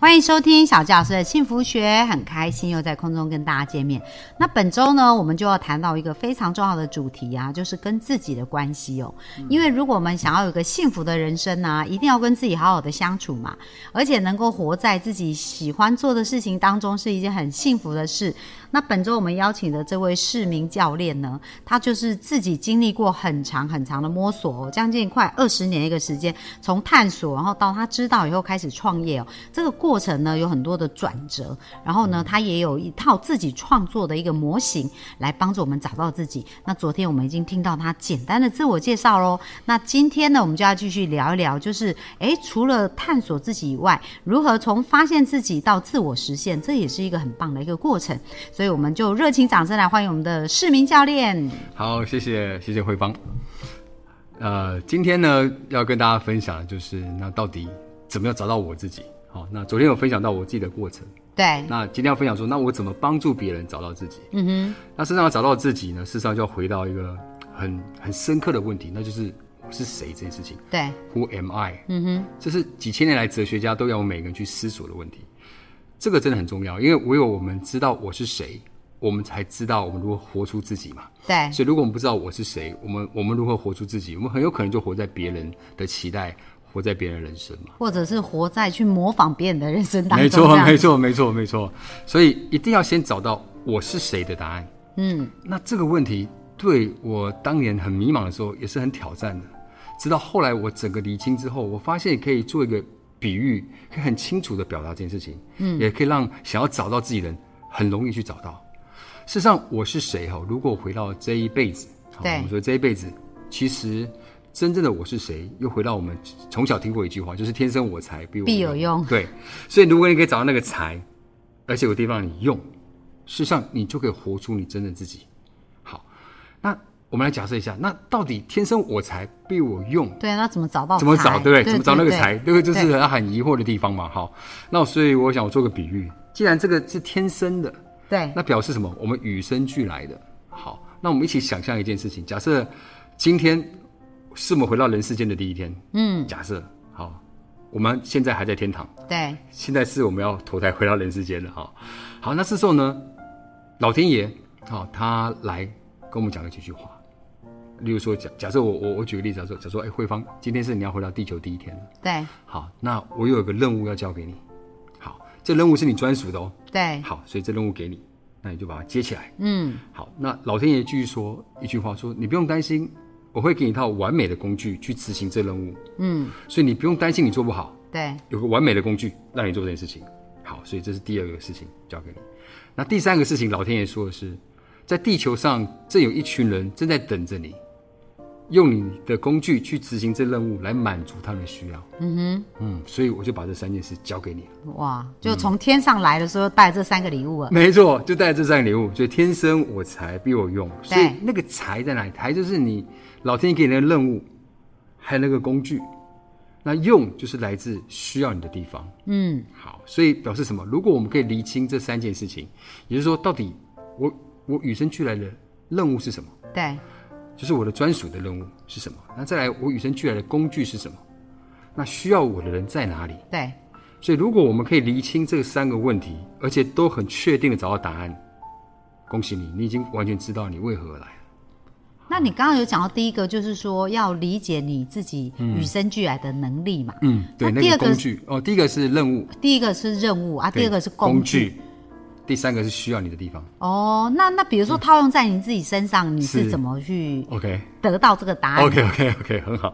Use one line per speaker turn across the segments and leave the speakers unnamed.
欢迎收听小纪老师的幸福学，很开心又在空中跟大家见面。那本周呢，我们就要谈到一个非常重要的主题啊，就是跟自己的关系哦。因为如果我们想要有个幸福的人生呢、一定要跟自己好好的相处嘛，而且能够活在自己喜欢做的事情当中，是一件很幸福的事。那本周我们邀请的这位市民教练呢，他就是自己经历过很长很长的摸索、哦，将近快二十年一个时间，从探索，然后到他知道以后开始创业哦，这个过程呢有很多的转折，然后呢，他也有一套自己创作的一个模型来帮助我们找到自己。那昨天我们已经听到他简单的自我介绍喽，那今天呢，我们就要继续聊一聊，就是诶，除了探索自己以外，如何从发现自己到自我实现，这也是一个很棒的一个过程。所以我们就热情掌声来欢迎我们的市民教练。
好，谢谢谢谢慧芳。呃，今天呢要跟大家分享的就是，那到底怎么样找到我自己？好，那昨天有分享到我自己的过程，
对，
那今天要分享说，那我怎么帮助别人找到自己？嗯哼，那事实上要找到自己呢，事实上就要回到一个很很深刻的问题，那就是我是谁这件事情。
对，
Who am I？嗯哼，这是几千年来哲学家都要我们每个人去思索的问题。这个真的很重要，因为唯有我们知道我是谁，我们才知道我们如何活出自己嘛。
对，
所以，如果我们不知道我是谁，我们我们如何活出自己？我们很有可能就活在别人的期待，活在别人的人生嘛。
或者是活在去模仿别人的人生当中，
没错
这，样
没错，没错，没错。所以一定要先找到我是谁的答案。嗯，那这个问题对我当年很迷茫的时候也是很挑战的。直到后来我整个厘清之后，我发现可以做一个比喻，可以很清楚的表达这件事情。嗯，也可以让想要找到自己的人很容易去找到。事实上，我是谁？哈，如果回到这一辈子，好
对
我们说这一辈子，其实真正的我是谁，又回到我们从小听过一句话，就是“天生我材必有
必有用
对，所以如果你可以找到那个才，而且有地方你用，事实上你就可以活出你真正自己。好，那我们来假设一下，那到底“天生我材必有用”
对，那怎么找到
怎么
哦财
找，对不对？怎么找那个
对
财，这个就
对
是很疑惑的地方嘛。好，那所以我想我做个比喻，既然这个是天生的，
对，
那表示什么？我们与生俱来的。好，那我们一起想象一件事情：假设今天是我们回到人世间的第一天，嗯，假设好，我们现在还在天堂，
对，
现在是我们要投胎回到人世间了哈。好，那这时候呢，老天爷好，他来跟我们讲了几句话。例如说，假假设我我我举个例子，假设假设哎，慧芳，今天是你要回到地球第一天了，
对，
好，那我有一个任务要交给你，好，这任务是你专属的哦，
对，
好，所以这任务给你，那你就把它接起来。
嗯，
好，那老天爷继续说一句话说，你不用担心，我会给你一套完美的工具去执行这任务。嗯，所以你不用担心你做不好，
对，
有个完美的工具让你做这件事情。好，所以这是第二个事情交给你。那第三个事情，老天爷说的是，在地球上正有一群人正在等着你，用你的工具去执行这任务，来满足他们的需要。嗯哼，嗯，所以我就把这三件事交给你了。
哇，就从天上来的时候带这三个礼物了，
没错，就带这三个礼物，所以天生我材必有用。所以那个材在哪里？材就是你老天爷给你的任务，还有那个工具。那用就是来自需要你的地方。
嗯，
好，所以表示什么？如果我们可以厘清这三件事情，也就是说，到底我我与生俱来的任务是什么？
对，
就是我的专属的任务是什么？那再来，我与生俱来的工具是什么？那需要我的人在哪里？
对，
所以，如果我们可以厘清这三个问题，而且都很确定的找到答案，恭喜你，你已经完全知道你为何而来了。
那你刚刚有讲到第一个，就是说要理解你自己与生俱来的能力嘛。
嗯，对，
那
那
第二
个
个
工具哦，第一个是任务，
第一个是任务啊，
对
第二个是工具。，
第三个是需要你的地方。
哦，那那比如说套用在你自己身上，你是
是
怎么去
OK，
得到这个答案？
OK OK OK，很 好。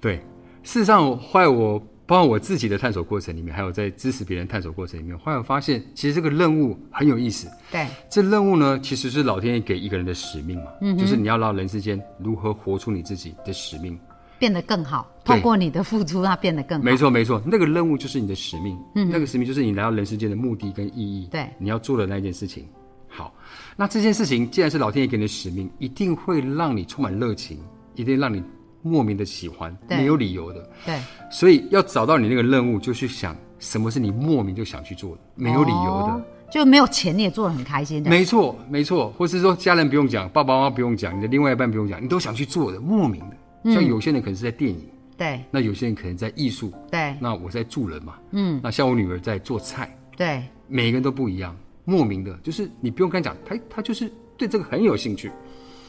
对，事实上，后来我包括我自己的探索过程里面，还有在支持别人探索过程里面，后来我发现，其实这个任务很有意思。
对
这任务呢，其实是老天爷给一个人的使命嘛，
嗯
就是你要让人世间如何活出你自己的使命。
变得更好，
对
透过你的付出，它变得更好。
没错，没错，那个任务就是你的使命，那个使命就是你来到人世间的目的跟意义，
嗯对
你要做的那件事情。好，那这件事情既然是老天爷给你的使命，一定会让你充满热情，一定让你莫名的喜欢，
对
没有理由的。
对，
所以要找到你那个任务，就去想什么是你莫名就想去做的，没有理由的。
哦就没有钱你也做的很开心的，
没错，没错，或是说家人不用讲，爸爸妈妈不用讲，你的另外一半不用讲，你都想去做的，莫名的。
嗯
像有些人可能是在电影，
对
那有些人可能在艺术，
对
那我在助人嘛，嗯，那像我女儿在做菜，
对，
每个人都不一样，莫名的，就是你不用跟他讲，他他就是对这个很有兴趣，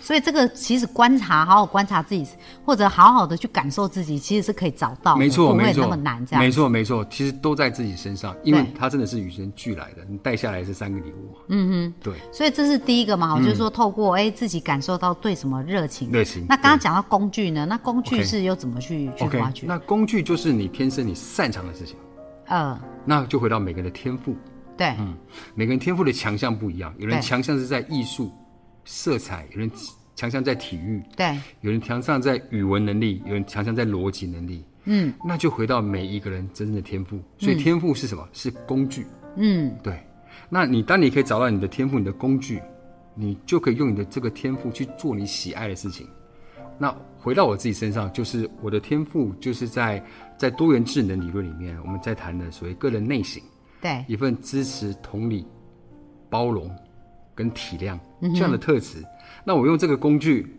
所以这个其实观察，好好观察自己，或者好好的去感受自己，其实是可以找到的，
没错，
哦不
没
会
错，
那么难这样。
没错，没错，其实都在自己身上，因为
对
他真的是与生俱来的，你带下来是三个礼物嘛，嗯嗯，对，
所以这是第一个嘛，我就是说透过哎、自己感受到对什么热情。
嗯热情
那刚刚讲到工具呢，那工具
OK
是又怎么去去挖掘？
那工具就是你天生你擅长的事情，
呃，
那就回到每个人的天赋，
对，
嗯，每个人天赋的强项不一样，有人
对
强项是在艺术、色彩，有人强项在体育，
对，
有人强项在语文能力，有人强项在逻辑能力，嗯，那就回到每一个人真正的天赋。所以天赋是什么？是工具。
嗯，
对，那你当你可以找到你的天赋、你的工具，你就可以用你的这个天赋去做你喜爱的事情。那回到我自己身上，就是我的天赋就是在在多元智能理论里面，我们在谈的所谓个人内省，
对，
一份支持、同理、包容跟体谅
嗯
这样的特质。那我用这个工具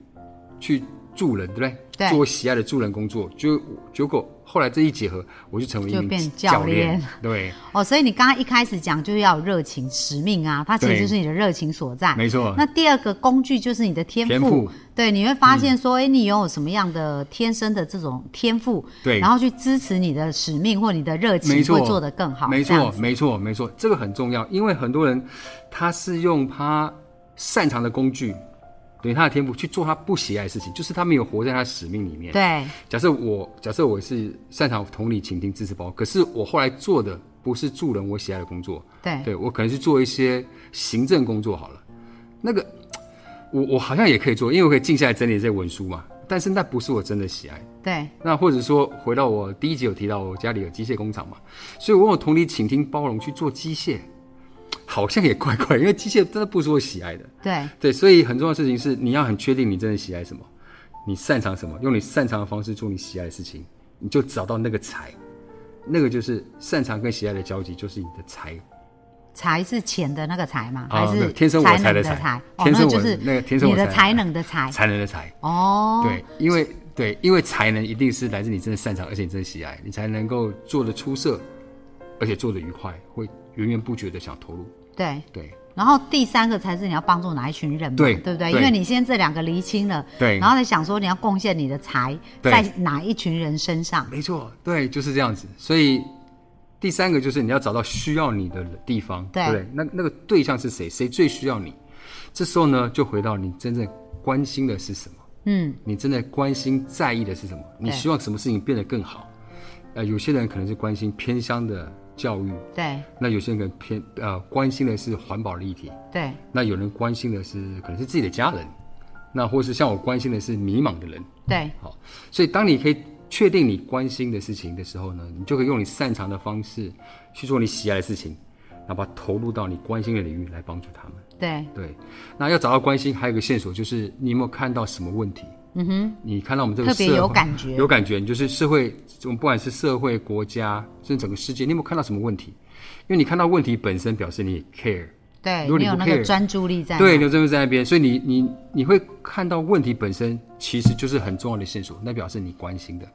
去助人，对不对？
对
做我喜爱的助人工作，就结果后来这一结合，我就成为一
就
名
变教
教
练
练。 对，
哦，所以你刚刚一开始讲就是要有热情、使命啊，它其实
对
就是你的热情所在。
没错
那第二个工具就是你的天赋，
天赋嗯
对，你会发现说，哎、你拥有什么样的天生的这种天赋，
对
然后去支持你的使命或你的热情，
没错，
会做得更好。
没
这样
错，
子
没错，没错，这个很重要，因为很多人他是用他擅长的工具，等于他的天赋去做他不喜爱的事情，就是他没有活在他的使命里面。
对
假设我假设我是擅长同理、倾听、支持包，可是我后来做的不是助人我喜爱的工作，
对
对我可能是做一些行政工作好了。那个我我好像也可以做，因为我可以静下来整理这些文书嘛。但是那不是我真的喜爱。
对
那或者说，回到我第一集有提到，我家里有机械工厂嘛，所以我有同理、倾听、包容去做机械，好像也怪怪，因为机械真的不是我喜爱的。
对
对，所以很重要的事情是，你要很确定你真的喜爱什么，你擅长什么，用你擅长的方式做你喜爱的事情，你就找到那个才，那个就是擅长跟喜爱的交集，就是你的才。
才是钱的那个才嘛，
啊
还
没
是
有天生我
才
才
能
的
的
才
才？哦，
天生
那
我
就是
那个天生
你
我
的
才
才能的才。
才能的才。
哦，
对，因为对，因为才能一定是来自你真的擅长，而且你真的喜爱，你才能够做的出色，而且做的愉快，会源源不绝的想投入。
对
对，
然后第三个才是你要帮助哪一群人嘛，
对
对不对？因
对
为你现在这两个厘清了，
对
然后再想说你要贡献你的财
对
在哪一群人身上，
没错，对，就是这样子。所以第三个就是你要找到需要你的地方，
对
对不对？那那个对象是谁？谁最需要你？这时候呢，就回到你真正关心的是什么？
嗯，
你真的关心在意的是什么？你
对
希望什么事情变得更好？呃，有些人可能是关心偏乡的教育，
对
那有些人可能偏呃关心的是环保的议题，
对
那有人关心的是可能是自己的家人，那或是像我关心的是迷茫的人。
对
好，所以当你可以确定你关心的事情的时候呢，你就可以用你擅长的方式去做你喜爱的事情，然后把它投入到你关心的领域来帮助他们。
对
对，那要找到关心，还有一个线索就是你有没有看到什么问题？嗯哼，你看到我们这个
特别
社会
有感觉
有感觉，你就是社会，我们不管是社会、国家，甚至整个世界，你有没有看到什么问题？因为你看到问题本身，表示你也 care，
对，
如果
你
你
有
不
那个
care，
专注力在，
对，，刘真在那边，所以你你你会看到问题本身其实就是很重要的线索，那表示你关心的。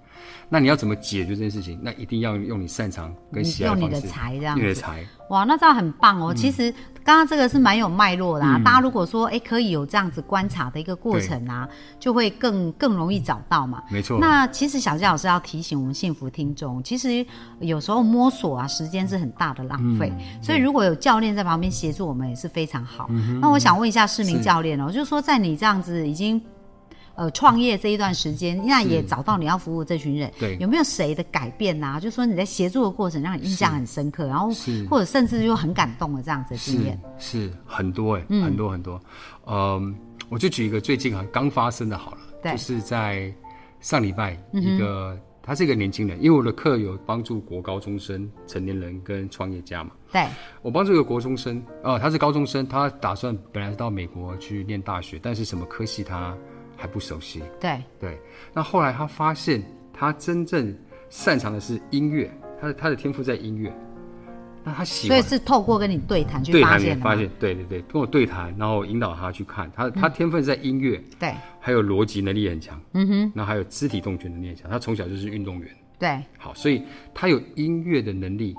那你要怎么解决这件事情？那一定要用你擅长跟喜爱
用你
方
的
式，
财这样
你的
子。
才，
哇，那这样很棒
嗯
哦！其实刚刚这个是蛮有脉络的、啊，大家如果说哎可以有这样子观察的一个过程啊，就会更更容易找到嘛。
没错。
那其实小佳老师要提醒我们幸福听众，其实有时候摸索啊，时间是很大的浪费，
嗯
所以如果有教练在旁边协助我们也是非常好。那我想问一下市民
是
教练哦，就是说在你这样子已经。呃，创业这一段时间，那也找到你要服务这群人，
对
有没有谁的改变呐、就说你在协助的过程让你印象很深刻，然后
是
或者甚至就很感动的这样子的
是
经验，
嗯是很多哎、很多很多。嗯，我就举一个最近啊刚发生的好
对嗯
了，就是在上礼拜一个、他是一个年轻人，因为我的课有帮助国高中生、成年人跟创业家嘛。
对
我帮助一个国中生，呃，他是高中生，他打算本来是到美国去念大学，但是什么科系他还不熟悉。
对，
对，那后来他发现他真正擅长的是音乐，他的他的天赋在音乐。那他喜
所以
欢
是透过跟你对谈去
对
发
谈
现
也
的嗯
发
嘛。
现，对对对，跟我对谈，然后引导他去看他他天分在音乐，
对
还有逻辑能力也很强，嗯哼，然后还有肢体动觉能力很强，他从小就是运动员。
对，
好，所以他有音乐的能力，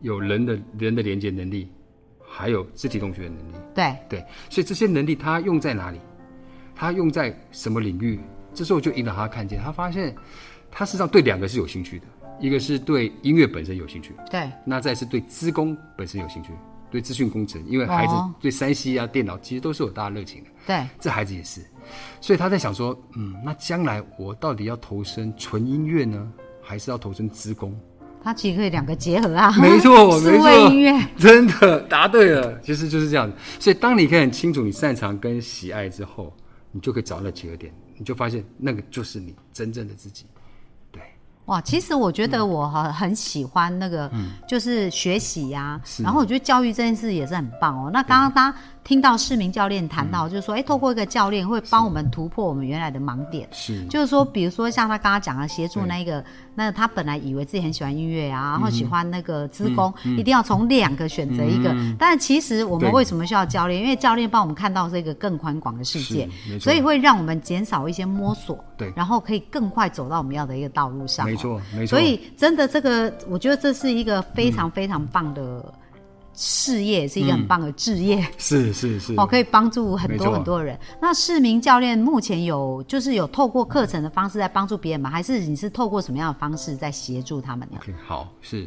有人的人的连接能力，还有肢体动学的能力。
对，
对，所以这些能力他用在哪里？他用在什么领域？这时候就引导他看见，他发现他事实上对两个是有兴趣的，一个是对音乐本身有兴趣，
对，
那再是对资工本身有兴趣，对资讯工程，因为孩子
哦
对山西啊、电脑其实都是有大热情的。
对，
这孩子也是，所以他在想说，嗯，那将来我到底要投身纯音乐呢，还是要投身资 工？
它其实可以两个结合啊。
没 错，
数
没
位音
错，
乐，
真的答对了，其实就是这样子。所以当你可以很清楚你擅长跟喜爱之后，你就可以找到那结合点，你就发现那个就是你真正的自己。对，
哇，其实我觉得我很很喜欢那个，就是学习呀、
嗯是
然后我觉得教育这件事也是很棒哦。那刚刚大家听到市民教练谈到，
嗯
就是说，哎、透过一个教练会帮我们突破我们原来的盲点。
是
就是说，比如说像他刚刚讲的，协助那一个，那他本来以为自己很喜欢音乐啊，
嗯
然后喜欢那个资工，一定要从两个选择一个。但其实我们
嗯对
为什么需要教练？因为教练帮我们看到这个更宽广的世界
是没，错
所以会让我们减少一些摸索，
对
然后可以更快走到我们要的一个道路上哦。
没错，没错。
所以真的，这个我觉得这是一个非常非常棒的事业，是一个很棒的置业。
是是是，
哦，可以帮助很
嗯没
多
错
很多人。那市民教练目前有就是有透过课程的方式在帮助别人吗？还是你是透过什么样的方式在协助他们呢？
OK，好，是，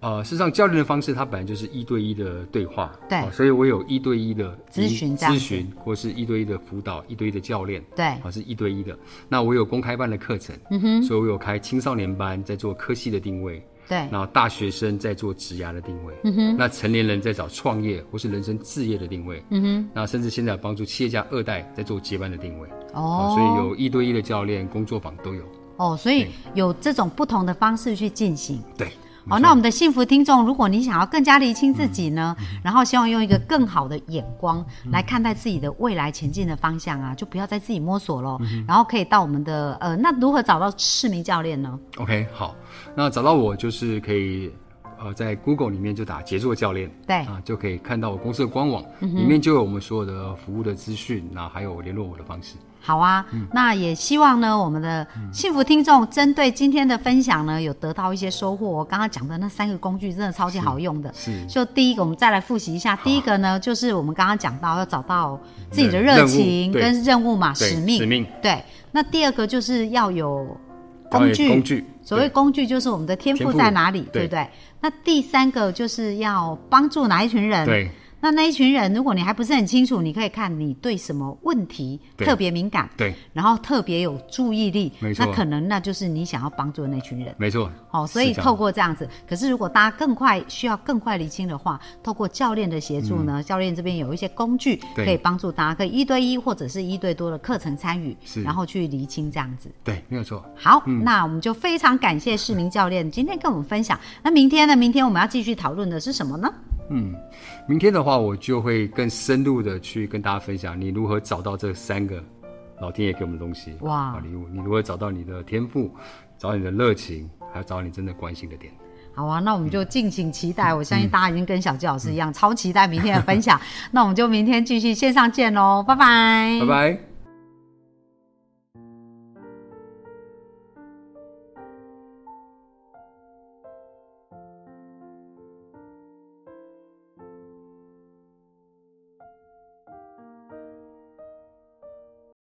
呃，事实上教练的方式，它本来就是一对一的对话，
对
哦所以我有一对一的
咨询这样子
咨询或是一对一的辅导，一对一的教练，
对
好、是一对一的。那我有公开办的课程，嗯哼，所以我有开青少年班，在做科系的定位，
对
然后大学生在做职涯的定位，嗯哼，那成年人在找创业或是人生置业的定位，嗯哼，那甚至现在有帮助企业家二代在做接班的定位，
哦，
所以有一对一的教练、工作坊都有，
哦，所以有这种不同的方式去进行。
对。
好、那我们的幸福听众，如果你想要更加厘清自己呢，
嗯
然后希望用一个更好的眼光来看待自己的未来前进的方向啊，就不要再自己摸索喽。
嗯
然后可以到我们的呃，那如何找到市民教练呢？
OK，好，那找到我就是可以，呃，在 Google 里面就打杰作教练，
对
啊，就可以看到我公司的官网，
嗯
里面就有我们所有的服务的资讯，那还有联络我的方式。
好啊，
嗯
那也希望呢，我们的幸福听众针对今天的分享呢，有得到一些收获。我刚刚讲的那三个工具真的超级好用的。
是
就第一个，我们再来复习一下。第一个呢，就是我们刚刚讲到要找到自己的热情
任务对
跟任务嘛，
对
啊使命。
使命。
对。那第二个就是要有
然后
工
有
具。
工具，
所谓
对
工具，就是我们的天赋
天赋
在哪里，对
对
不对？那第三个就是要帮助哪一群人。
对
那那一群人，如果你还不是很清楚，你可以看你对什么问题
对
特别敏感，
对，
然后特别有注意力
没，错
那可能那就是你想要帮助的那群人。
没错。
哦，所以
是这样
透过这样子，可是如果大家更快需要更快厘清的话，透过教练的协助呢，教练这边有一些工具
嗯对
可以帮助大家，可以一对一或者是一对多的课程参与，
是嗯
然后去厘清这样子。
对，没有错。
好，那我们就非常感谢市民教练今天跟我们分享。那明天呢？明天我们要继续讨论的是什么呢？
明天的话，我就会更深入的去跟大家分享，你如何找到这三个老天爷给我们的东西啊
哇
好礼物，你如何找到你的天赋，找你的热情，还有找你真的关心的点。
好啊，那我们就敬请期待。我相信大家已经跟小纪
嗯
老师一样，超期待明天的分享。那我们就明天继续线上见喽，拜拜，
拜拜。